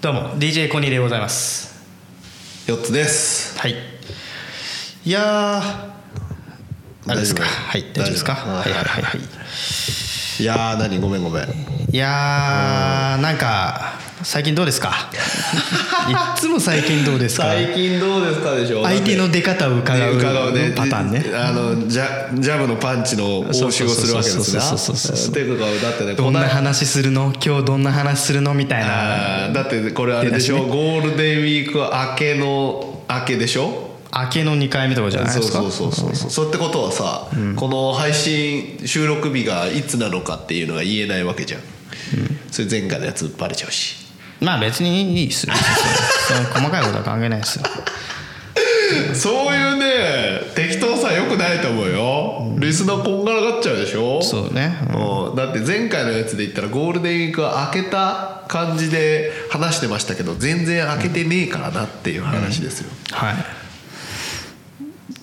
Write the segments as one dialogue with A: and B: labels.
A: どうも DJ コニーでございます
B: 四つです。
A: はいいやーあれです
B: 大丈夫
A: かはい大丈夫ですか
B: 大丈夫
A: はいはいはいはい
B: いやー、何、ごめん、ごめん。
A: いやーなんか最近どうです かいっつも最近どうですか
B: 最近どうですかでしょう。
A: 相手の出方を伺う
B: 伺うね
A: パターンね
B: あのジャジャブのパンチの応酬をするわけですね
A: そうそうそうそうそうそうそう
B: ていうかだってね
A: どんな
B: この
A: 話するの今日どんな話するのみたいな
B: あーだってこれあれでしょ
A: 出だ
B: ゴールデンウィーク明けの明けでしょ
A: 明けの2回目とかじゃない
B: そ
A: で
B: う
A: すか
B: そうそうそうそうそうってことはさ、この配信収録日がいつなのかっていうのが言えないわけじゃん、それ前回のやつバレちゃうし
A: まあ別にいいですよその細かいことは関係ないで すよ
B: そういうね適当さよくないと思うよ、リスナーこんがらがっちゃうでしょ
A: そうね
B: うんだって前回のやつで言ったらゴールデンウィークは明けた感じで話してましたけど全然明けてねえからなっていう話ですよ、
A: はい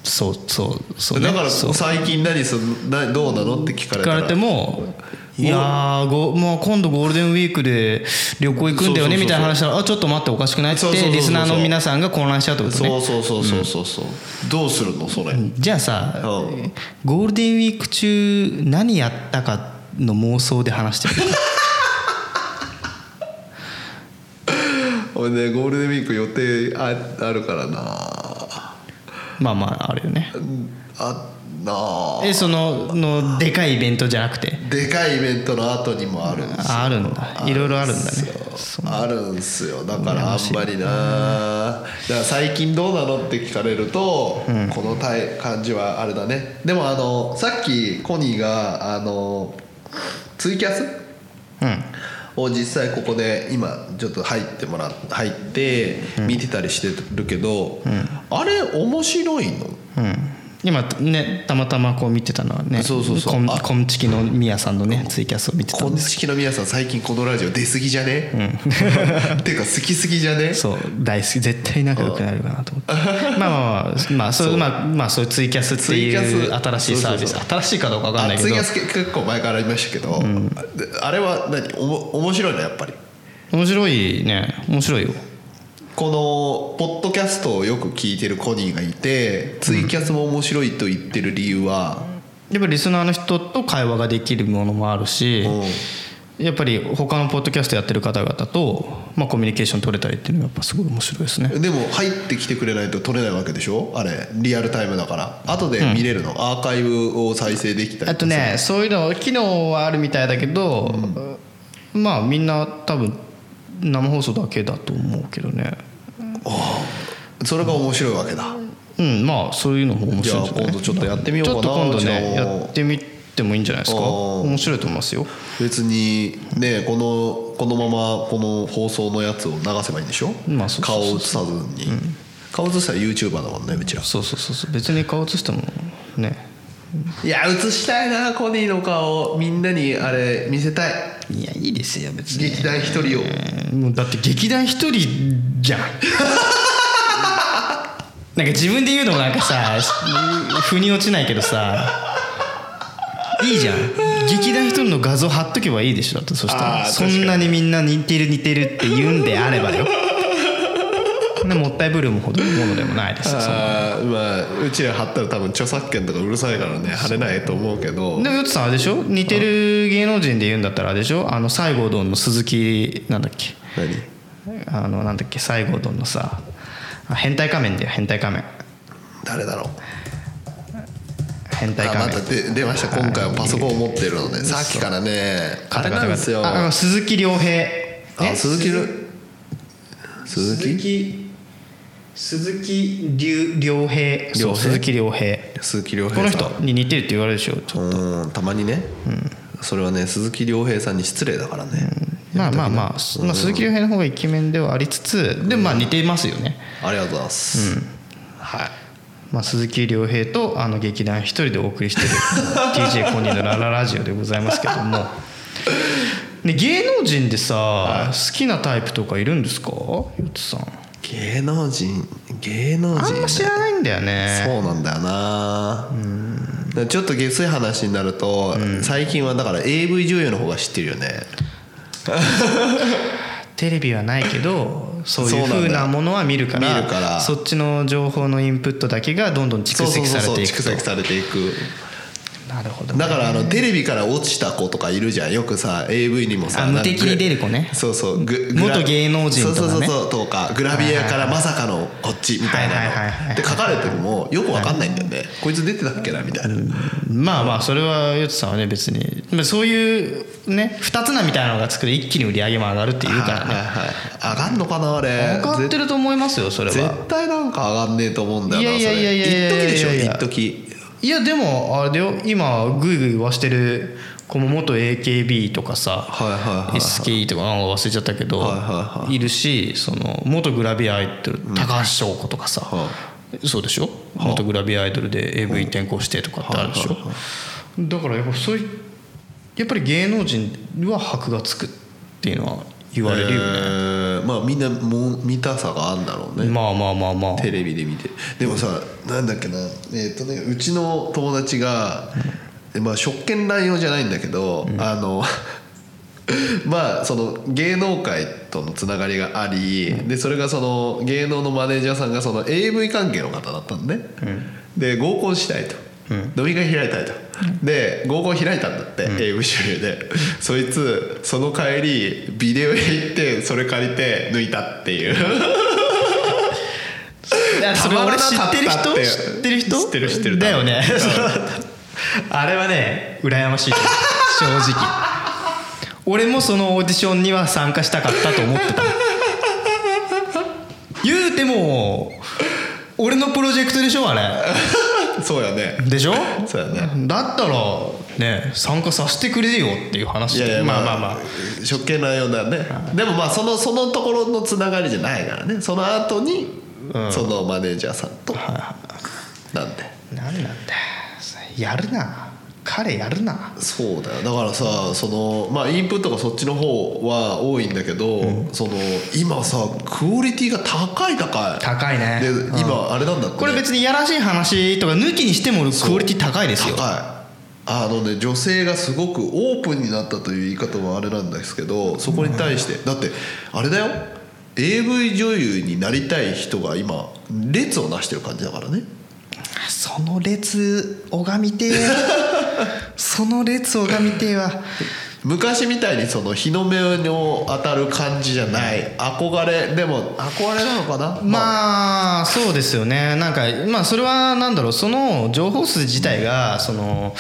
A: そうそうそう、ね、
B: だから
A: そう
B: 最近何そのなどうなのって聞かれ
A: 聞
B: た
A: かられても「いやーごもう今度ゴールデンウィークで旅行行くんだよ
B: そうそうそうそ
A: ね」
B: う
A: みたいな話したら「あちょっと待っておかしくない」っ
B: そうそうそう
A: て
B: そう
A: リスナーの皆さんが混乱しちゃうってこと
B: そ
A: ね
B: うそうそうそうそうそう、どうするのそれ、
A: じゃあさ
B: うん
A: ゴールデンウィーク中何やったかの妄想で話してる
B: 俺ねゴールデンウィーク予定ああるからな
A: まあまああるよね
B: あなあ
A: えそののでかいイベントじゃなくて
B: でかいイベントの後にもあるんですよ
A: ああるんだいろいろあるんだね
B: あるんすよだからあんまりなだから最近どうなのって聞かれると、このたい感じはあれだねでもあのさっきコニーがあのツイキャス
A: うん
B: を実際ここで今ちょっと入ってもらっ入って見てたりしてるけど、あれ面白いの
A: うん今ねたまたまこう見てたのはね
B: そうそうそう
A: コン
B: あ
A: コンチキのミヤさんのねツイキャスを見てた
B: こ
A: ん
B: ん
A: で
B: 式の皆さん最近このラジオ出過ぎじゃね、 ていうか好きすぎじゃね
A: そう大好き絶対仲良くなるかなと思ってまあまあまあまあそうまあまあそういうツイキャスって
B: ツイ
A: い
B: キ
A: う
B: ャス
A: 新しいサービス
B: そうそう
A: 新しいかどうかわかんないけ
B: 熱
A: ど
B: いやつ結構前からありましたけど、であれは何おも面白いのやっぱり
A: 面白いね面白いよ
B: このポッドキャストをよく聞いてるコニーがいてツイキャスも面白いと言ってる理由は、
A: やっぱりリスナーの人と会話ができるものもあるしやっぱり他のポッドキャストやってる方々とまあコミュニケーション取れたりっていうのがやっぱすごい面白いですね
B: でも入ってきてくれないと撮れないわけでしょあれリアルタイムだから後で見れるの、アーカイブを再生できたり
A: あとねそういうの機能はあるみたいだけど、まあみんな多分生放送だけだと思うけどね
B: それが面白いわけだ、
A: うんまあそういうのも面白いんじゃない
B: じゃあ今度ちょっとやってみようかな
A: ちょっと今度ね
B: じゃあ
A: やってみてもいいんじゃないですか
B: あー
A: 面白いと思いますよ
B: 別にねこのこのままこの放送のやつを流せばいいんでしょ、
A: まあそうそう
B: 顔
A: そう
B: を映さずに、顔映したら YouTuber だもんねうちら
A: そうそうそうそう別に顔映してもね
B: いや映したいなコニーの顔みんなにあれ見せたい
A: いやいいですよ別
B: 劇団一人を
A: もうだって劇団一人じゃん なんか自分で言うのもなんかさし腑に落ちないけどさいいじゃん劇団一人の画像貼っとけばいいでしょだってそした
B: あ
A: ら
B: ー
A: そ
B: 確かに
A: んなにみんな似てる似てるって言うんであればよねもったいぶるほどのものでもないですよそんな
B: あーまあうちら貼ったら多分著作権とかうるさいからね貼れないと思うけど
A: でもヨッツさんあれでしょ似てる芸能人で言うんだったらあれでしょあの西郷どんの鈴木なんだっけ
B: 何
A: あのなんだっけ西郷どんのさあ変態仮面だよ変態仮面
B: 誰だろう
A: 変態
B: あ
A: 仮
B: ま
A: 面
B: た出出ました今回はパソコンを持ってるのでさっきからねあれなんですよ
A: ああの鈴木亮平
B: あ
A: え
B: 鈴木る鈴木
A: 木鈴木隆亮平そ
B: 亮
A: う
B: 平
A: 鈴木亮平
B: 鈴木亮
A: この
B: 平さん
A: 人に似てるって言われるでしょちょ
B: うんたまにね、それはね鈴木亮平さんに失礼だからね、
A: まあまあまあ、まあ、鈴木亮平の方がイケメンではありつつでもまあ似てますよね、
B: ありがとうございます、はい
A: まあ、鈴木亮平とあの劇団一人でお送りし てる DJ コニーの「ラララジオ」でございますけども、ね、芸能人でさ、好きなタイプとかいるんですかよつさん
B: 芸能人芸能
A: あ
B: 人
A: んま知らないんだよね
B: そうなんだよな、だからちょっと下水話になると、最近はだから AV 女優の方が知ってるよね
A: テレビはないけどそういう
B: そう
A: ふ
B: なん
A: う
B: だ
A: なものは見るから
B: 見るから
A: そっちの情報のインプットだけがどんどん蓄
B: そうそう
A: 積
B: そう
A: さ
B: そ
A: れ
B: う
A: てい
B: 蓄
A: くと
B: 積されていく
A: なるほどね
B: だからあのテレビから落ちた子とかいるじゃんよくさ AV にもさ
A: あ無敵に出る子ね
B: そうそうグ
A: 元芸能人とかね
B: そうそうそうそうとかグラビアからまさかのこっちみたい
A: はいはいはい
B: な
A: は
B: の
A: い
B: で書かれてもよくわかんないんだよねこいつ出てたっけなみたいな
A: まあまあそれはヨッツさんはね別にまあそういうね二つなみたいなのがつくと一気に売り上げも上がるっていうから
B: はい
A: ね
B: はいはい上がんのかなあれ
A: 上がって
B: ぜ
A: ると思いますよそれは
B: 絶対なんか上がんねえと思うんだよない
A: やいやいやいやいやいや
B: それ一時でしょ
A: いやいや
B: 一時
A: いやでもあれだよ今グイグイ言わしてる子も元 AKB とかさ
B: はいはいはいはい
A: SKE とかなんか忘れちゃったけど、
B: はいはいはい
A: るしその元グラビアアイドル高橋翔子とかさ、
B: は
A: そうでしょ元グラビアアイドルで AV 転校してとかってあるでしょ、
B: はいはいは
A: だからやっぱそういうやっぱり芸能人は箔がつくっていうのは言われるよね、
B: えーまあみんなもう見たさがあんだろうね
A: まあまあまあまあ
B: テレビで見てでもさなんだっけなえっ、とねうちの友達が、まあ職権乱用じゃないんだけど、あの まあその芸能界とのつながりがあり、でそれがその芸能のマネージャーさんがその AV 関係の方だったのね、で合コンしたいと、飲み会開いたいと、で合コン開いたんだって、AV 主流でそいつその帰りビデオ屋行ってそれ借りて抜いたっていう。
A: だからそれ俺知ってる
B: たまらなかったって
A: 人知ってる人
B: 知ってる知ってる
A: だよね あれはね羨ましいと思う正直俺もそのオーディションには参加したかったと思ってた言うても俺のプロジェクトでしょあれ
B: そうやね
A: でしょ
B: そうやね
A: だったらね参加させてくれよっていう話
B: いやいや
A: まあまあまあ
B: 職権乱用だねでもまあそのそのところのつながりじゃないからねその後にそのマネージャーさんとなんで
A: 何なんだよやるな彼やるな
B: そうだよだからさそのまあインプットがそっちの方は多いんだけど、その今さクオリティが高い高い
A: 高いね
B: で
A: うん
B: 今あれなんだってね、
A: これ別にやらしい話とか抜きにしてもクオリティ高いですよ
B: 高いあのね女性がすごくオープンになったという言い方はあれなんですけどそこに対して、だってあれだよ AV 女優になりたい人が今列をなしてる感じだからね
A: その列拝みて えその列拝みてえわ
B: 昔みたいにその日の目を当たる感じじゃない憧れでも憧れなのかな
A: まあそうですよねなんかまあそれはなんだろうその情報数自体がその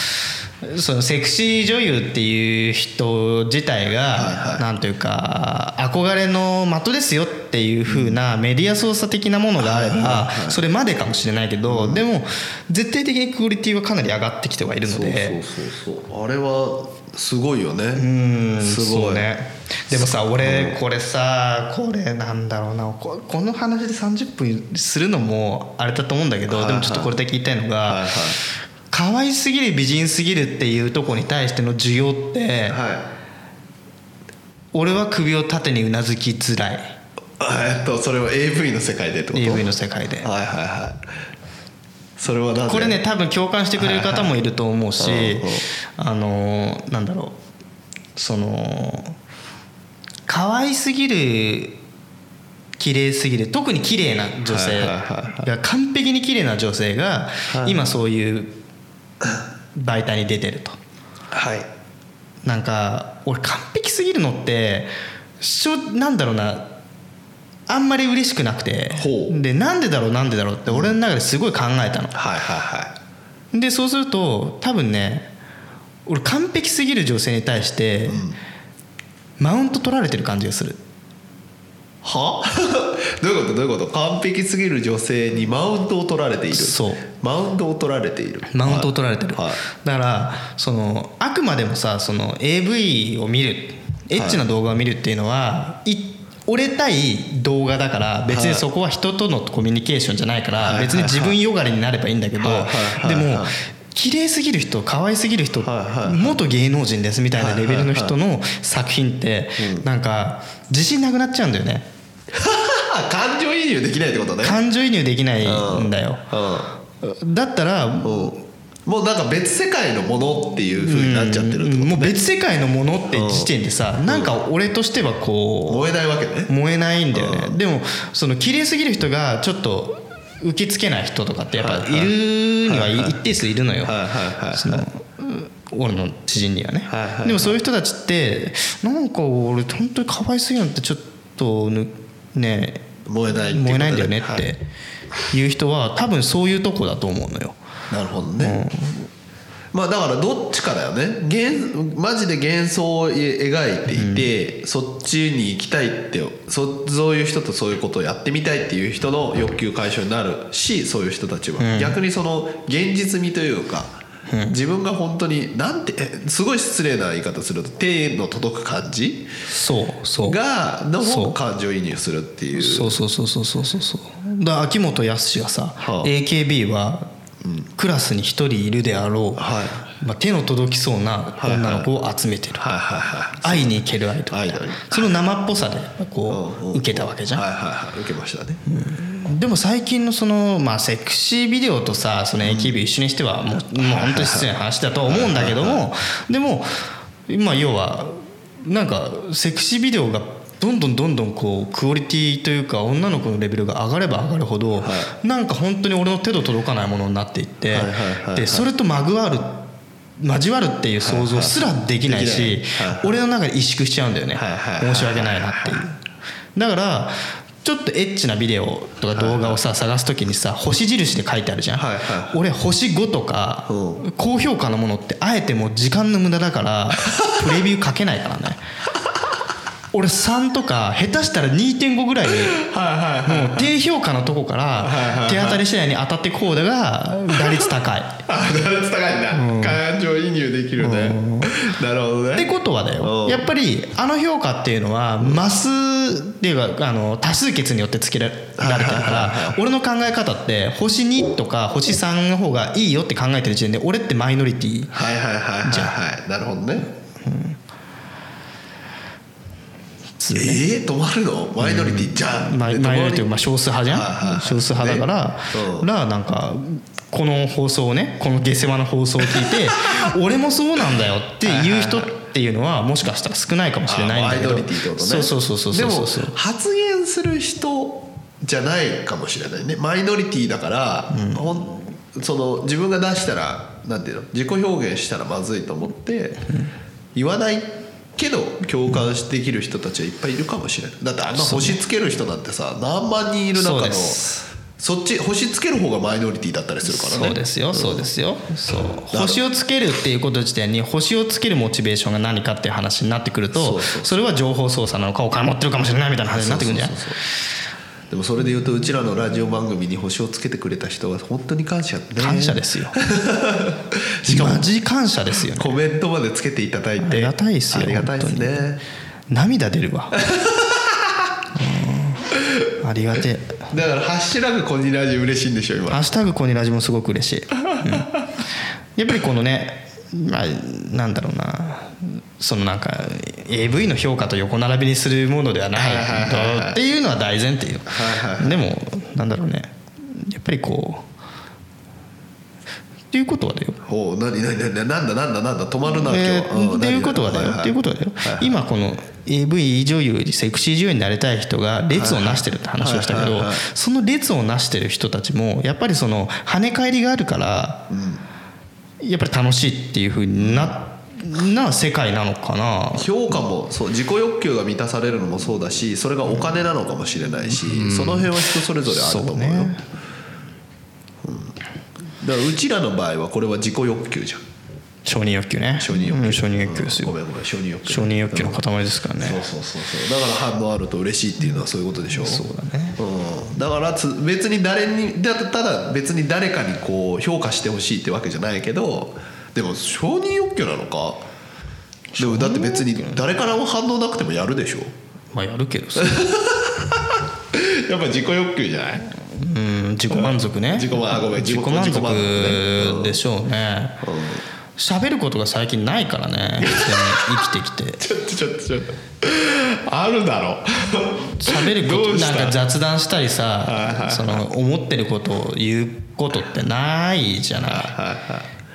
A: そのセクシー女優っていう人自体
B: はいは
A: が
B: い
A: なんというか憧れの的ですよっていう風なメディア操作的なものがあればそれまでかもしれないけどでも絶対的にクオリティはかなり上がってきてはいるの
B: そう
A: で
B: そうそうそうあれはすごいよね
A: うん
B: す
A: そ
B: ご
A: う
B: い
A: ねでもさ俺これさこれなんだろうなここの話で30分するのもあれだと思うんだ
B: は
A: け
B: い
A: ど
B: はい
A: でもちょっとこれだけ言いたいの
B: はい
A: が
B: はい
A: 可愛すぎる美人すぎるっていうとこに対しての需要っ
B: は
A: て
B: い
A: 俺は首を縦にうなずきづらい
B: あえっとそれは AV の世界でってこと
A: AV の世界で
B: はいはいはいそれはなぜ
A: これね多分共感してくれる方もいると思うし、
B: はいはいうんうん
A: あのーなんだろうその可愛すぎる綺麗すぎる特に綺麗な女
B: はい
A: 性
B: はいはい
A: が完璧に綺麗な女性が
B: はい
A: 今そういう媒体に出てると
B: はい
A: なんか俺完璧すぎるのってしょなんだろうなあんまり嬉しくなくて
B: ほう
A: でなんでだろうなんでだろうって俺の中ですごい考えたの
B: はいは
A: でそうすると多分ね俺完璧すぎる女性に対して、
B: いはいうん
A: マウント取られてる感じがする
B: は どういうことどういうこと完璧すぎる女性にマウントを取られている
A: そう
B: マウントを取られている
A: マウントを取られてる、
B: はいはい
A: だからそのあくまでもさその AV を見るエッチな動画を見るっていうのは、い折れたい動画だから別にそこは人とのコミュニケーションじゃないから、
B: はい
A: 別に自分よがりになればいいんだけ
B: は
A: ど、
B: いはいはい
A: で
B: はい
A: も
B: はい
A: 綺麗すぎる人可愛すぎる人、
B: はいはいはい
A: 元芸能人ですみたいなレベルの人の作品ってなんか自信なくなっちゃうんだよね
B: あ感情移入できないってことね
A: 感情移入できないんだよ
B: う
A: だったら
B: んうんもうなんか別世界のものっていう風になっちゃってるってこと、
A: うんもう別世界のものって時点でさ、なんか俺としてはこ
B: 燃えないわけね
A: う燃えないんだよね、でもその綺麗すぎる人がちょっと受け付けない人とかってやっぱいるには一定数いるのよ、
B: はいはいはいはい
A: そのうん俺の知人にはね、
B: はいはいはい
A: でもそういう人たちってなんか俺本当にかわいすぎるのってちょっとぬね
B: 燃えないっていうこと
A: 燃えないんだよね
B: は
A: っ
B: い
A: ていう人は多分そういうとこだと思うのよ
B: なるほどね、まあだからどっちかだよね幻マジで幻想を描いていて、そっちに行きたいってそそういう人とそういうことをやってみたいっていう人の欲求解消になるしそういう人たちは、逆にその現実味というか、自分が本当になんてえすごい失礼な言い方すると手の届く感じ
A: そうそう
B: がの
A: そ
B: 方
A: う
B: 感情移入するっていう
A: そうそうそうそうそうそうそうだから秋元康がさ、
B: はあ
A: AKB はクラスに一人いるであろう、
B: はい
A: まあ、手の届きそうな
B: はい
A: 女の子を集めてる、
B: はいはいはい
A: 会いに行けるアイドルみたい
B: アイドル
A: なその生っぽさでこ
B: うんうん
A: う受けたわけじゃん、
B: はいはいはい受けましたね、
A: でも最近のその、まあ、セクシービデオとさその AKB 一緒にしてはもう,、もう本当に失礼な話だとは思うんだけどもでも今要はなんかセクシービデオがどんどんどんどんこうクオリティというか女の子のレベルが上がれば上がるほど、なんか本当に俺の手の届かないものになっていって、
B: はいはいはいはい
A: でそれとまぐわる交わるっていう想像すらできないし、
B: できないはいはい
A: 俺の中で萎縮しちゃうんだよね、
B: はいはいはいはい
A: 申し訳ないなっていうだからちょっとエッチなビデオとか動画をさ探す時にさ星印で書いてあるじゃん、
B: はいは
A: 俺星5とか
B: う
A: 高評価のものってあえてもう時間の無駄だから プレビュー書けないからね俺3とか下手したら2.5ぐらいにもう低評価のとこから手当たり次第に当たってこうだ が打率高い
B: あ打率高いんだ、感情移入できるね、なるほど
A: って
B: ね
A: ことはだ
B: うん
A: よやっぱりあの評価っていうのはマスっていうかあの多数決によってつけられてるから俺の考え方って星2とか星3の方がいいよって考えてる時点で俺ってマイノリティ
B: はいはいはいはいはいなるほどねえー、止まるのマイノリティじゃん
A: マイマイノリティまあ少数派じ
B: はいはい
A: ゃ
B: は
A: ん
B: い
A: 少数派だから
B: ねうん
A: らなんかこの放送をねこの下世話の放送を聞い て俺もそうなんだよっていう人っていうのはもしかしたら少ないかもしれないんだけど
B: マイノリティってことね
A: そうそうそうそうそうそう
B: でも発言する人じゃないかもしれないねマイノリティだから、ほんその自分が出したらなんていうの自己表現したらまずいと思って、言わないけど共感できる人たちはいっぱいいるかもしれないだってあんな星つける人なんてさ何万人いる中
A: そう
B: の
A: です
B: そっち星つける方がマイノリティだったりするからね
A: そうですよそうですよそう星をつけるっていうこと自体に星をつけるモチベーションが何かっていう話になってくる
B: そうそ
A: と
B: うそう
A: それは情報操作なのかお金持ってるかもしれないみたいな話になってくるんじゃん
B: そうそうそうそうでもそれで言うとうちらのラジオ番組に星をつけてくれた人は本当に感謝、ね、
A: 感謝ですよしかもマジ感謝ですよね
B: コメントまでつけていただいて
A: ありがたいですよ
B: ありがたいですね
A: 涙出 るわうんありがてえ
B: だから「ハッシュタグコニラジ」嬉しいんでしょ今
A: ハッシュタグコニラジもすご く嬉しい、うんやっぱりこのね、まあ、なんだろうなそのなんか AV の評価と横並びにするものではない
B: はいはいはいはい
A: とっていうのは大前提よ
B: はいはい
A: でもなんだろうねやっぱりこうっていうことはだよ
B: おう何何何何なんだなんだなんだ止まるな今日、
A: え
B: ん
A: ーっていうことはだよっていうことはだよ今この AV 女優セクシー女優になりたい人が列をなしてるって話をしたけ
B: はい
A: ど
B: はいはい
A: その列をなしてる人たちもやっぱりその跳ね返りがあるからやっぱり楽しいっていうふうになな世界なのかな
B: 評価もそう自己欲求が満たされるのもそうだしそれがお金なのかもしれないし、その辺は人それぞれあると思うよ
A: そう
B: う,、
A: ね
B: ん、だからうちらの場合はこれは自己欲求じゃん
A: 承認欲求ね
B: 承認欲求、
A: うん承認欲求です
B: ご
A: よ
B: めんごめん承認欲求
A: 承認欲求の塊ですから
B: そう
A: ね
B: そうそうそうだから反応あると嬉しいっていうのはそういうことでしょそう
A: だね、
B: うん、だからつ別に誰にだただ別に誰かにこう評価してほしいってわけじゃないけどでも承認欲求なのかでもだって別に誰からも反応なくてもやるでしょ
A: まあやるけどさ
B: やっぱ自己欲求じゃない
A: うん自己満足ね
B: 自己満あごめん
A: 自己満
B: 自己満足ね
A: 足でしょうね喋ることが最近ないからね普通に生きてきて
B: ちょっとちょっとちょっとあるだろ
A: 喋るこ
B: ど
A: と
B: うした
A: なんか雑談したり
B: はいはいは
A: さ
B: い
A: その思ってることを言うことってないじゃない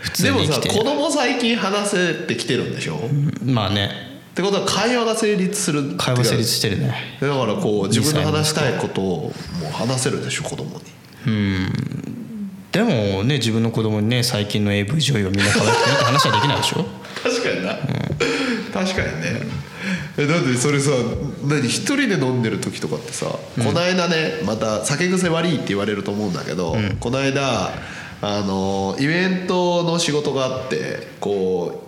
A: 普通
B: でも
A: に生
B: さ
A: きて
B: 子供最近話せてきてるんでしょ、っ
A: まあね
B: てことは会話が成立するっていうか
A: 会話成立してるね
B: だからこう自分の話したいことをもう話せるでしょ子供に
A: でもね自分の子供にね最近の AV 女優をみんな可愛くていいって話はできないでしょ
B: 確かにな、確かにねえだってそれさ何一人で飲んでる時とかってさ、こないだねまた酒癖悪いって言われると思うんだけど、こないだあのイベントの仕事があってこ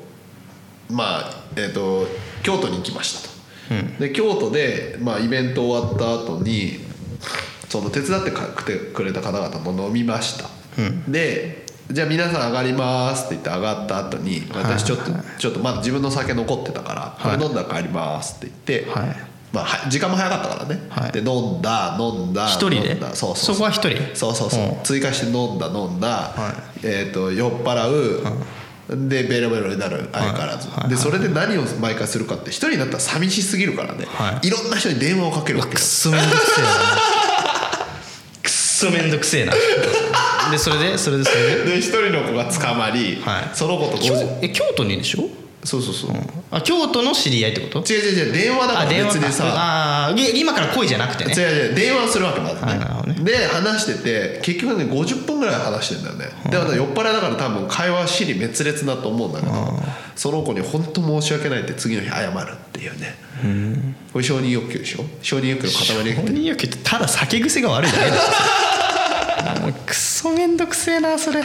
B: うまあえっ、と京都に行きましたと、で京都で、まあ、イベント終わった後にその手伝ってかくてくれた方々も飲みました、でじゃあ皆さん上がりますって言って上がった後に私ちょっと、ちょっとまだ自分の酒残ってたから、これ飲んだら帰りますって言って、
A: はい
B: まあ、は時間も早かったからね、
A: はい
B: で飲んだ飲んだ
A: 一人で
B: 飲んだそうそう
A: そこは一人
B: そうそうそう、
A: うん
B: 追加して飲んだ飲んだ、えー、と酔っ払う、でベロベロになる相変わらず、
A: はいはい
B: でそれで何を毎回するかって一人になったら寂しすぎるからね、、
A: はい
B: ろんな人に電話をかけるわけよ
A: くっそめんどくせえな くっそめんどくせえなでそれでそれでそれで
B: で一人の子が捕まり、
A: はい
B: その子と
A: 京
B: 50
A: え京都にいるでしょ
B: そうそうそう、
A: あ京都の知り合いってこと
B: 違う違う違う電話だか
A: あ
B: ら
A: 電
B: 別
A: 話か
B: にさ
A: あーいや今から恋じゃなくてね
B: 違う違う電話をするわけま
A: はいなるほ
B: ず
A: ど
B: ねで話してて結局ね50分ぐらい話してんだよねでまた酔っ払いだから多分会話尻滅裂だと思うんだけどその子に本当申し訳ないって次の日謝るっていうねこれ承認欲求でしょ承認欲求の塊で
A: 本人欲求ってただ酒癖が悪いだけだしもうくっそめんどくせえなそれ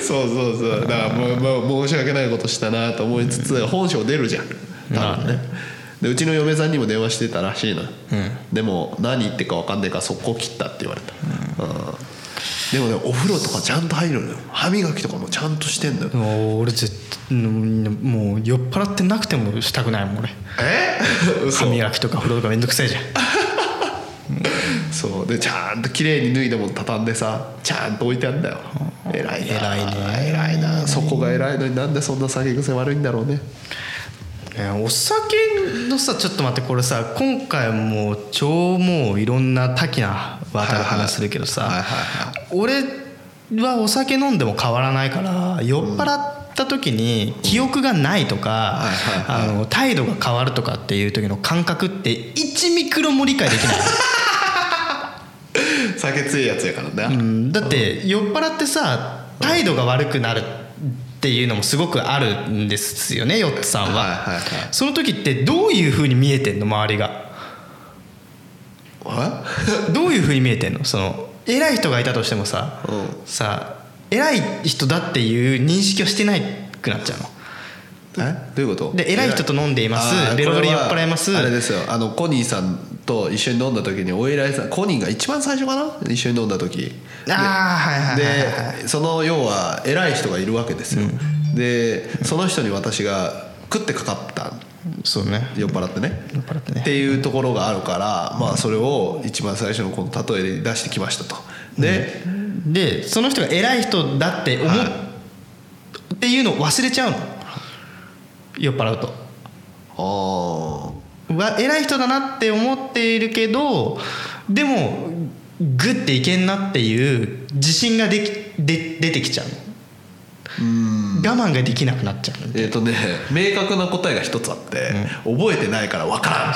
B: そうそうそうだからもうもう申し訳ないことしたなと思いつつ本性出るじゃん多分ねでうちの嫁さんにも電話してたらしいな、でも何言ってか分かんないから速攻切ったって言われた、うんでもねお風呂とかちゃんと入るのよ歯磨きとかもちゃんとしてんのよ
A: もう俺絶対もう酔っ払ってなくてもしたくないもん俺
B: え
A: 歯
B: 嘘
A: 磨きとか風呂とかめんどくせえじゃん
B: そうでちゃんと綺麗に脱いだもの畳んでさちゃんと置いてあんだよ偉いな
A: 偉いね
B: 偉いなそこが偉いのになんでそんな酒癖悪いんだろうね
A: ねお酒のさちょっと待ってこれさ今回もう超もういろんな多岐な話題を話するけど
B: はいはい
A: さ
B: は
A: 俺はお酒飲んでも変わらないから酔っ払った時に記憶がないとか
B: うん
A: あの態度が変わるとかっていう時の感覚って1ミクロも理解で きない
B: 酒強いやつやからね、
A: うんだって酔っ払ってさ態度が悪くなるっていうのもすごくあるんですよねヨッツさんは、
B: はいはいはい
A: その時ってどういうふうに見えてんの周りが
B: え
A: どういうふうに見えてんのその偉い人がいたとしてもさ、
B: うん
A: さ偉い人だっていう認識をしてないくなっちゃうの
B: えどういうこと
A: で偉い人と飲んでいます
B: あー
A: ベロベロ
B: これは
A: 酔っ払います
B: あれですよあのコニーさんと一緒に飲んだ時にお偉いさんコニーが一番最初かな一緒に飲んだ時
A: ああはいはいはいはい
B: でその要は偉い人がいるわけですよ、でその人に私が食ってかかった
A: そうね
B: 酔っ払ってね
A: 酔っ払ってね
B: っていうところがあるから、まあ、それを一番最初のこの例えで出してきましたとで、
A: でその人が偉い人だって思う、
B: はい
A: っていうのを忘れちゃうの酔っ払うと
B: ああ
A: うわ偉い人だなって思っているけどでもグッていけんなっていう自信ができで出てきちゃうの我慢ができなくなっちゃうの
B: えっ、とね明確な答えが一つあって、覚えてないから分 からん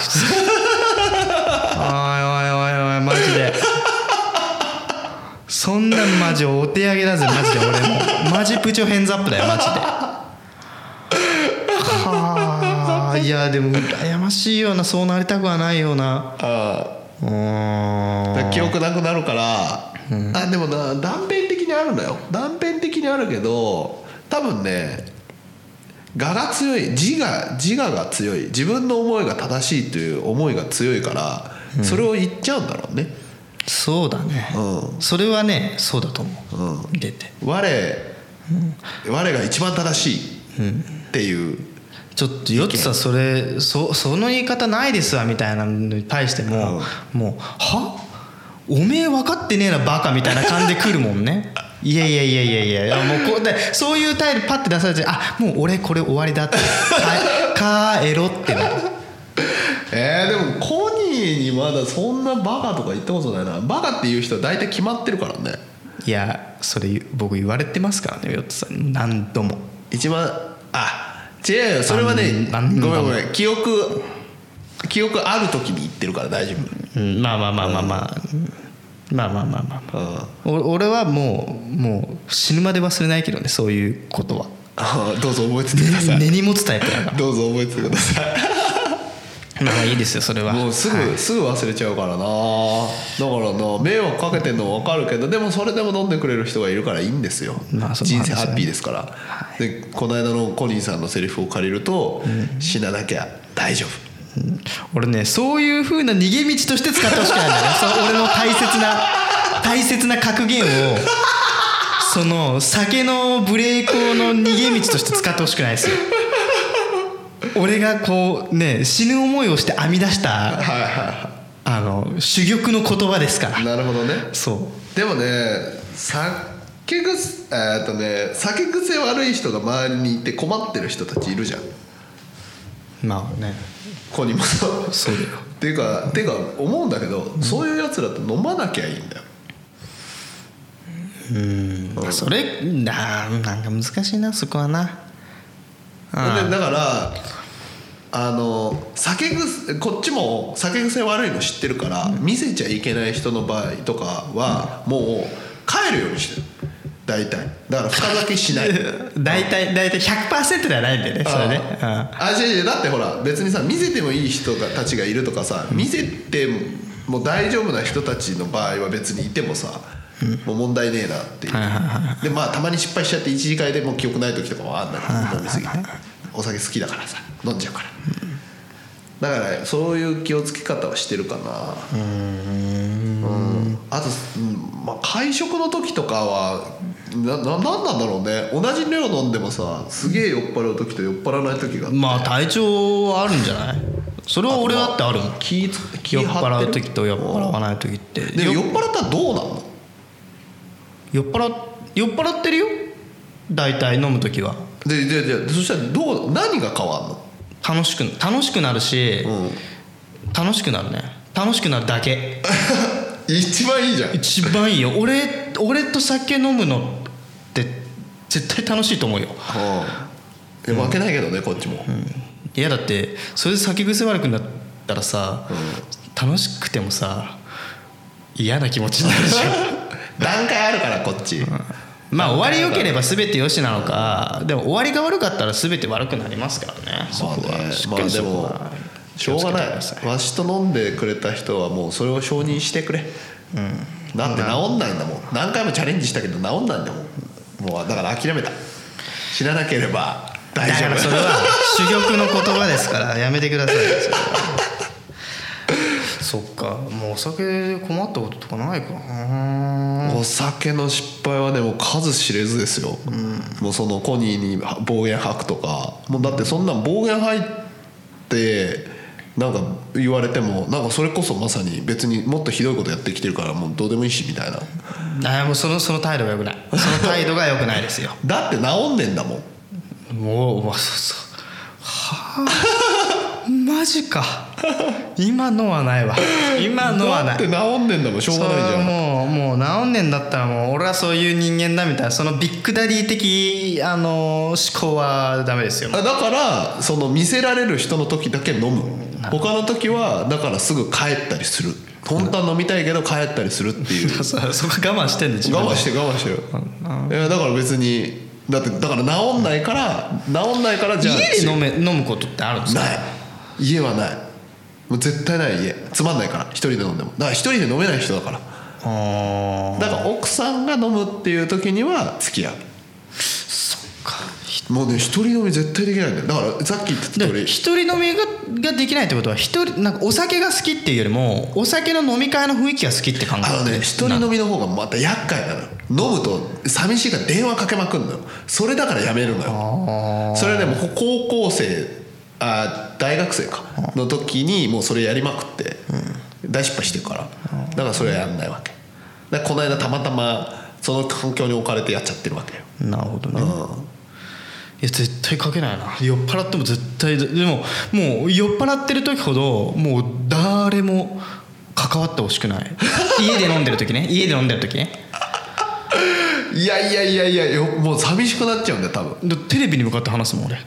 A: おいおいおいおいマジで そんなんマジお手上げだぜマジで俺もマジプチョヘンズアップだよマジではあいやでも羨ましいようなそうなりたくはないような
B: あ
A: うーん
B: あ記憶なくなるから、あでもな断片的にあるんだよ断片的にあるけど多分ね我が強い自我自我が強い自分の思いが正しいという思いが強いから、それを言っちゃうんだろうね
A: そうだね、
B: う
A: それはねそうだと思う、出て
B: 我我が一番正しいっていう、
A: ちょっとよっさんそれそその言い方ないですわみたいなのに対しても、もう「はおめえ分かってねえなバカ」みたいな感じで来るもんねいやいやいやいやいやいやもうこうでそういう態度パッて出されてあもう俺これ終わりだってか帰 ろってなる
B: えー、でもコニーにまだそんなバカとか言ったことないなバカっていう人は大体決まってるからね
A: いやそれ僕言われてますからねヨットさんに何度も
B: 一番あ違うよそれはね
A: あん
B: ごめんご
A: なん
B: めん記憶記憶ある時に言ってるから大丈
A: うんまあまあまあまあまあ、まあまあまあまあ、ま
B: 夫、うん
A: あ、お俺はもうもう死ぬまで忘れないけどねそういうこと は
B: あどうぞ覚えててくださ
A: 根
B: い、
A: 根に持つタイプだか
B: どうぞ覚えててくださ
A: らまあまあいいですよそれはい
B: もうすぐ、
A: はい
B: すぐ忘れちゃうからなだからな迷惑かけてんのも分かるけどでもそれでも飲んでくれる人がいるからいいんですよ、
A: まあそう
B: 人
A: なんです
B: 生
A: よね
B: ハッピーですから、でこの間のコニーさんのセリフを借りると、死ななきゃ大丈夫
A: 俺ねそういうふうな逃げ道として使ってほしくないん だよねその俺の大切な大切な格言をその酒のブレイクの逃げ道として使ってほしくないですよ俺がこうね死ぬ思いをして編み出した
B: はいは
A: あの珠玉の言葉ですから
B: いなるほどね
A: そ
B: でもね酒癖えーっとね酒癖悪い人が周りにいて困ってる人たちいるじゃん
A: うまあね
B: コニーもそう
A: そうだよ
B: っていうかていうか思うんだけど、そういうやつらと飲まなきゃいいんだよ
A: うんそれななんか難しいなそこはな
B: でだからあの酒癖こっちも酒癖悪いの知ってるから、見せちゃいけない人の場合とかは、もう帰るようにしてる大体だから深酒し ない
A: 大体大体100%ではないんだよねそれねうん
B: あ違う違うだってほら別にさ見せてもいい人がたちがいるとかさ見せても大丈夫な人たちの場合は別にいてもさ、もう問題ねえなっていう、
A: はいはいはい
B: でまあたまに失敗しちゃって一次会でもう記憶ない時とかもあんだけど飲みすぎてお酒好きだからさ飲んじゃうから、だからそういう気をつけ方はしてるかなうんあと、うんまあ、会食の時とかはなななんなんだろうね同じ量飲んでもさすげえ酔っ払う時と酔っ払わない時が
A: まあ体調はあるんじゃないそれは俺だってあるもん
B: 気つ気
A: 酔っ
B: 張
A: 払
B: て
A: う
B: る
A: 時と酔っ払わない時って
B: で酔
A: よ
B: っ払ったらどうなんの
A: 酔っ払っ酔っ払ってるよ大体飲む時は
B: でででそしたらどう何が変わんの
A: 楽しく楽しくなるし、楽しくなるね楽しくなるだけ
B: 一番いいじゃん
A: 一番いいよ俺俺と酒飲むのって絶対楽しいと思うよ
B: うんいや負けないけどねこっちも、
A: いやだってそれで酒癖悪くなったらさ、楽しくてもさ嫌な気持ちになるじゃん
B: 段階あるからこっち、
A: まあ終わり良ければ全て良しなのかでも終わりが悪かったら全て悪くなりますからねそこ
B: まあ
A: は
B: ね
A: しっ
B: ま
A: か
B: あ
A: り
B: で
A: そこ
B: も
A: は
B: しょうが
A: 気
B: な
A: を
B: い
A: つけてくださ
B: わしと飲んでくれた人はもうそれを承認してくれ、だって治んないんだもん何回もチャレンジしたけど治んないんだもんもうだから諦めた死ななければ大
A: だ
B: 丈
A: からそれ
B: 夫
A: は珠玉の言葉ですからやめてくださいそ れはそっかもうお酒で困ったこととかないかな
B: お酒の失敗はねもう数知れずですよ、もうそのコニーに暴言吐くとかもうだってそんなん暴言吐いてなんか言われてもなんかそれこそまさに別にもっとひどいことやってきてるからもうどうでもいいしみたいな
A: あーもうそのその態度が良くないその態度が良くないですよ
B: だって治んねんだもん
A: もううわそうそうはあマジか今のはないわ今のはな
B: だ
A: い
B: って治んねんだもんしょうがないじゃん
A: もうもう治んねんだったらもう俺はそういう人間だみたいなそのビッグダディ的あの思考はダメですよ
B: あだからその見せられる人の時だけ飲む他の時はだからすぐ帰ったりする本当は飲みたいけど帰ったりするっていう
A: そそこ我慢してんの自分
B: 我慢
A: で
B: して我慢してるいやだから別にだってだから治んないから治んないからじゃあ
A: 家で飲め飲むことってあるんですか
B: ない家はないもう絶対ない家つまんないから一人で飲んでもだから一人で飲めない人だから
A: あ
B: だから奥さんが飲むっていう時には付き合うもうね一人飲み絶対できないんだよだからさっき言ってた
A: で
B: 通
A: 一
B: り
A: 人飲みがができないってことは一人なんかお酒が好きっていうよりもお酒の飲み会の雰囲気が好きって感じ
B: あのね一人飲みの方がまた厄介なのよ飲むと寂しいから電話かけまくんのよそれだからやめるのよそれはでもう高校生あ大学生かの時にもうそれやりまくって大失敗してるからだからそれはやんないわけだからこの間たまたまその環境に置かれてやっちゃってるわけよ
A: なるほどね、いや絶対かけないな酔っ払っても絶対でももう酔っ払ってる時ほどもう 誰も関わってほしくない家で飲んでる時ね家で飲んでる時ね
B: いやいやいやいやよもう寂しくなっちゃうんだよ多分
A: だテレビに向かって話すもん俺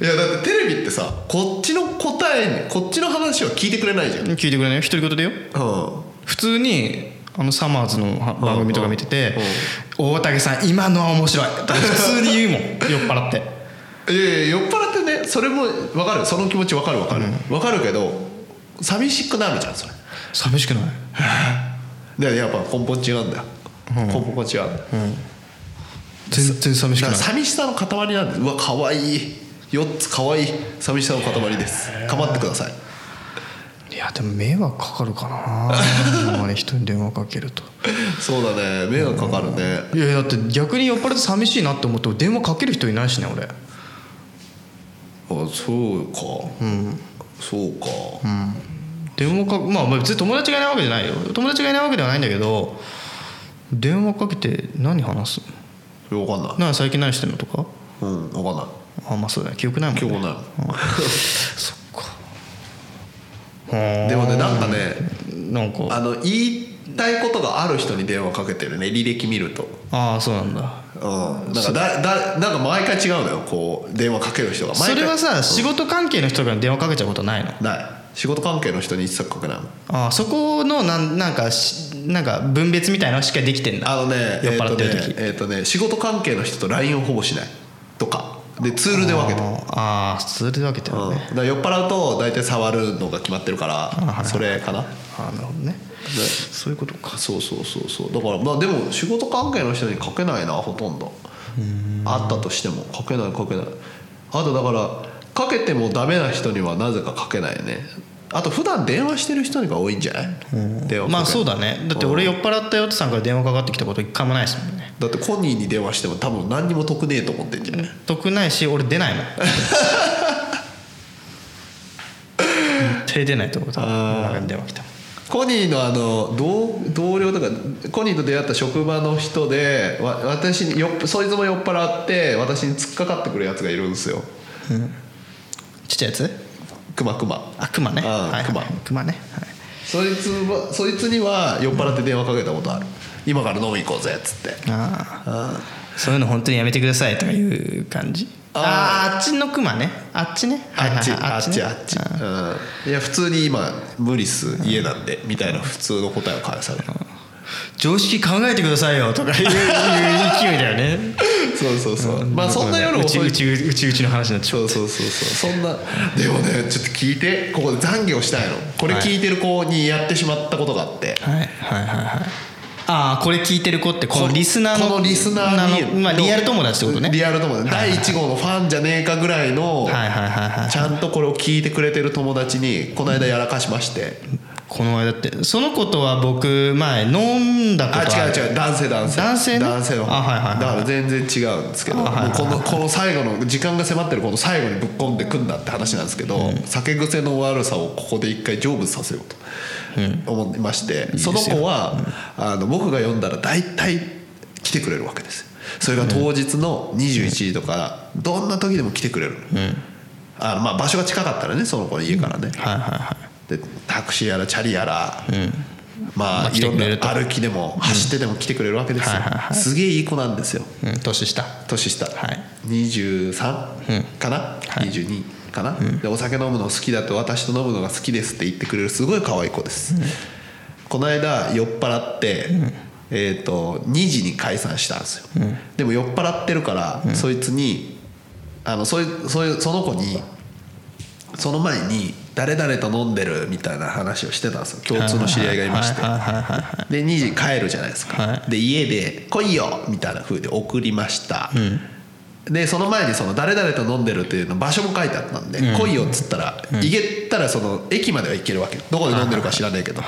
B: いやだってテレビってさこっちの答えにこっちの話は聞いてくれないじゃんうん
A: 聞いてくれないよ独り言だよ普通にあのサマーズのは番組とか見てて「大竹さん今のは面白い」とか普通 に言うもん酔っ払って
B: いやいや酔っ払ってねそれも分かるその気持ち分かる分かる、分かるけど寂しくなるじゃんそれ
A: 寂しくない
B: でやっぱ根本違うんだよ、根本が違うんだよ、
A: 全然寂し
B: だか
A: くな
B: ら
A: い
B: 寂しさの塊なんですうわ可愛い4つ可愛い寂しさの塊ですかまってください
A: いやでも迷惑かかるか なほんまに人に電話かけると
B: そうだね迷惑かかるね
A: いやだって逆に酔っ払って寂しいなって思っても電話かける人いないしね俺
B: あそうかうんそうか
A: 電話かまあ別に友達がいないわけじゃないよ友達がいないわけではないんだけど電話かけて何話す
B: それ分かんない
A: な最近何してんのとか
B: うん分かんない
A: あまあそうだね記憶ないもん、ね、
B: 今日もない
A: そっか
B: でもねなんかね
A: なんか
B: あの言いたいことがある人に電話かけてるね履歴見ると
A: ああそうなんだ
B: うんなんかだだなんか毎回違うのよこう電話かける人が毎
A: そ
B: 回
A: れはさ仕事関係の人から電話かけちゃうことはないの
B: ない仕事関係の人に一切かけないもん
A: ああそこのなんなんかしなんか分別みたいなのはしっかりできてんだ
B: あのね
A: 酔っ払ってる
B: え
A: 時
B: ーとねえーとね仕事関係の人と LINE をほぼしないとかでツールで分けてる
A: ああそれで分けてる
B: うん、
A: ね
B: だから酔っ払うと大体触るのが決まってるからそれかな
A: ああなるほどねそういうことか
B: そうそうそうそうだからまあでも仕事関係の人にかけないなほとんどあったとしてもかけないかけないあとだからかけてもダメな人にはなぜかかけないねあと普段電話してる人が多いんじゃない電話かけ
A: まあそうだねだって俺酔っ払ったよってさんから電話かかってきたこと一回もないですもんね
B: だってコニーに電話しても多分何にも得ねえと思ってんじゃない
A: 得ないし俺 出ないもん手出ないと思った中に電話来た
B: コニーのあの同同僚とかコニーと出会った職場の人でわ私によっそいつも酔っ払って私に突っかかってくるやつがいるんですよ
A: ちっちゃいやつ
B: クマクマ
A: あクマね
B: あ
A: はいはい
B: 熊
A: 熊ね、はい
B: そいつはそいつには酔っ払って電話かけたことある今から飲み行こうぜっつって
A: ああ
B: あ
A: そういうの本当にやめてくださいとかいう感じあ
B: あ
A: ああっちのクマねあっちねはいはい
B: あっち
A: はい
B: あっち
A: ね
B: あっちうんいや普通に今無理っす家なんでみたいな普通の答えを返される
A: 常識考えてくださいよとかいういう勢いだよね
B: そうそうそうまあそんな夜遅
A: う
B: い
A: ちうちうちうちの話になっちゃ
B: そうそうそうそうそんなでもねちょっと聞いてここで懺悔をしたいのこれ聞いてる子にやってしまったことがあって
A: うはいはいはいはいああこれ聞いてる子ってこのリスナーの
B: このリスナー
A: なの
B: に
A: まあ、リアル友達ってことね
B: リアル友達第1号のファンじゃねえかぐらいの
A: はいはいはいはい
B: ちゃんとこれを聞いてくれてる友達にこの間やらかしまして
A: この間ってその子とは僕前飲んだこと
B: あ違う
A: う
B: 違う男性男性
A: 男性ね
B: 男性の
A: あはいはいはい
B: だから全然違うんですけどもう
A: はいはいはい
B: このこの最後の時間が迫ってるこの最後にぶっ込んでくんだって話なんですけど酒癖の悪さをここで一回成仏させようと思いましてその子はあの僕が読んだら大体来てくれるわけですよそれが当日の21時とかどんな時でも来てくれるあまあ場所が近かったらねその子の家からね
A: はいはいはい
B: でタクシーやらチャリやら、ま
A: ま
B: あ
A: あ
B: いろん
A: 来てく
B: な
A: れると
B: 歩きでも走ってでも来てくれるわけですよ
A: はいはいはい
B: すげえいい子なんですよ
A: うん、年下
B: 年下、
A: はい
B: 23かな、22かな、でお酒飲むの好きだと私と飲むのが好きですって言ってくれるすごい可愛い子です、この間酔っ払って、えー、と2時に解散したんですよ、でも酔っ払ってるから、そいつにあのそいそいその子にその前に誰々と飲んでるみたいな話をしてたんですよ共通の知り合いがいまして
A: はいはいはいはいはい
B: で2時帰るじゃないですか、
A: は
B: で家で「来いよ!」みたいな風で送りました、でその前にその誰々と飲んでるっていうの場所も書いてあったんで「来いよ」っつったら、行けたらその駅までは行けるわけどこで飲んでるか知らねえけど、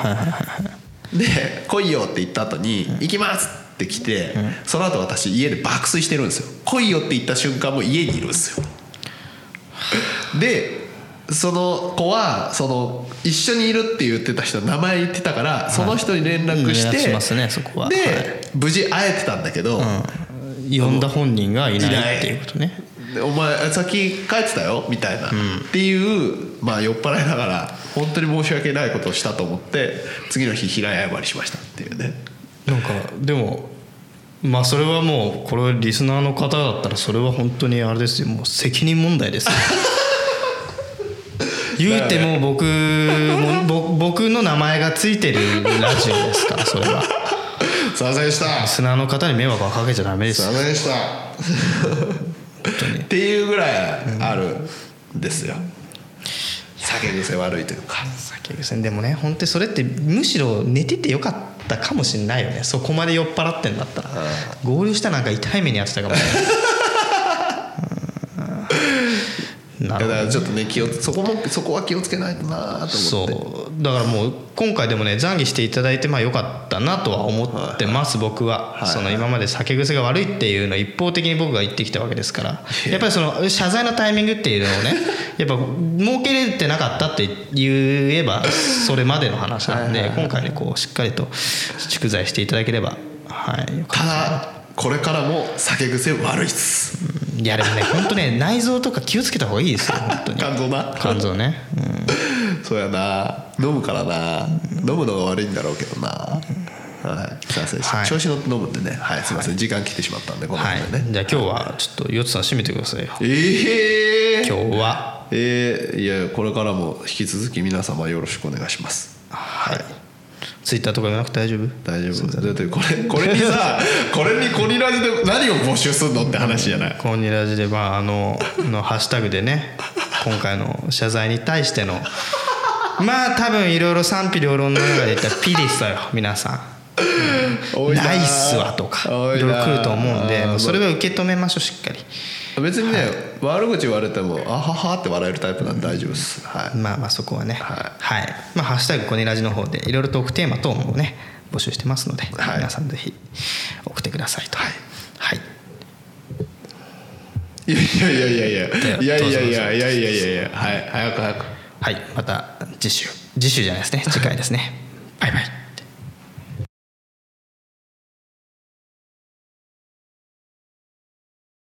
B: で「来いよ」って言った後に「行きます!」って来て、その後私家で爆睡してるんですよ「来いよ」って言った瞬間もう家にいるんですよでその子はその一緒にいるって言ってた人の名前言ってたからその人に連絡し
A: 連絡
B: て、
A: しますねそこは
B: で、
A: はい
B: 無事会えてたんだけど、
A: 呼んだ本人がい
B: い
A: な
B: ない
A: いっていうことね
B: でお前先帰ってたよみたいな、っていう、まあ、酔っ払いながら本当に申し訳ないことをしたと思って次の日平謝りしましたっていうね
A: なんかでもまあそれはもうこれリスナーの方だったらそれは本当にあれですよもう責任問題ですよ言うても僕もぼ僕の名前がついてるラジオですからそれは
B: すいませんでした
A: リスナーの方に迷惑はかけちゃダメです
B: すい
A: よ
B: ませんでしたっていうぐらいあるんですよ酒癖悪いというか
A: 酒癖でもね本当にそれってむしろ寝ててよかったかもしれないよねそこまで酔っ払ってんだったら合流したらなんか痛い目に遭ってたかもしれない
B: い
A: うん
B: やだ
A: なる
B: か
A: ほ
B: ら
A: ど
B: ちょっとね気をそこもそこは気をつけないとなと思って
A: そうだからもう今回でもね懺悔していただいてまあよかったなとは思ってます僕は
B: はい
A: その今まで酒癖が悪いっていうのを一方的に僕が言ってきたわけですからやっぱりその謝罪のタイミングっていうのをねやっぱ儲けれてなかったって言えばそれまでの話なんで今回ねこうしっかりと蓄財していただければはいよかった
B: だこれからも酒癖悪いっす
A: たいやでもね本当ね内臓とか気をつけた方がいいですよ本当に
B: 肝臓な
A: 肝臓ねうん
B: そうやな飲むからな飲むのが悪いんだろうけどなはいすいません、
A: はい
B: 調子乗って飲むんでねはいすいません、時間来てしまったんでこの
A: はい
B: 辺でね、
A: じゃあ今日はちょっとヨッツさん締めてくださいよ
B: ええ
A: 今日は
B: えー、いやこれからも引き続き皆様よろしくお願いします
A: はい。ツイッターとか言わなくて大丈夫？
B: 大丈夫だってこれ これにさこれにコニラジで何を募集すんのって話じゃない
A: コニラジでまああののハッシュタグでね、今回の謝罪に対してのまあ多分いろいろ賛否両論の中で言ったらピリスだよ皆さん。
B: 多いな
A: ナイスはとか
B: 多
A: い
B: い
A: ろい
B: な
A: ろ来ると思うんで、
B: あー
A: もうそれは受け止めましょうしっかり。
B: 別にね、悪口言われてもあははって笑えるタイプなんで大丈夫です、はい
A: まあまあそこはね。
B: は
A: はい。まあハッシュタグコニラジの方でいろいろトークテーマ等もね募集してますので、
B: はい
A: 皆さんぜひ送ってくださいと。はい。はい。
B: いやいやいやいや
A: で
B: いやいやいや
A: どうぞ
B: いやいやいやいやいやはい早く早く
A: はい、また次週次週じゃないですね次回ですね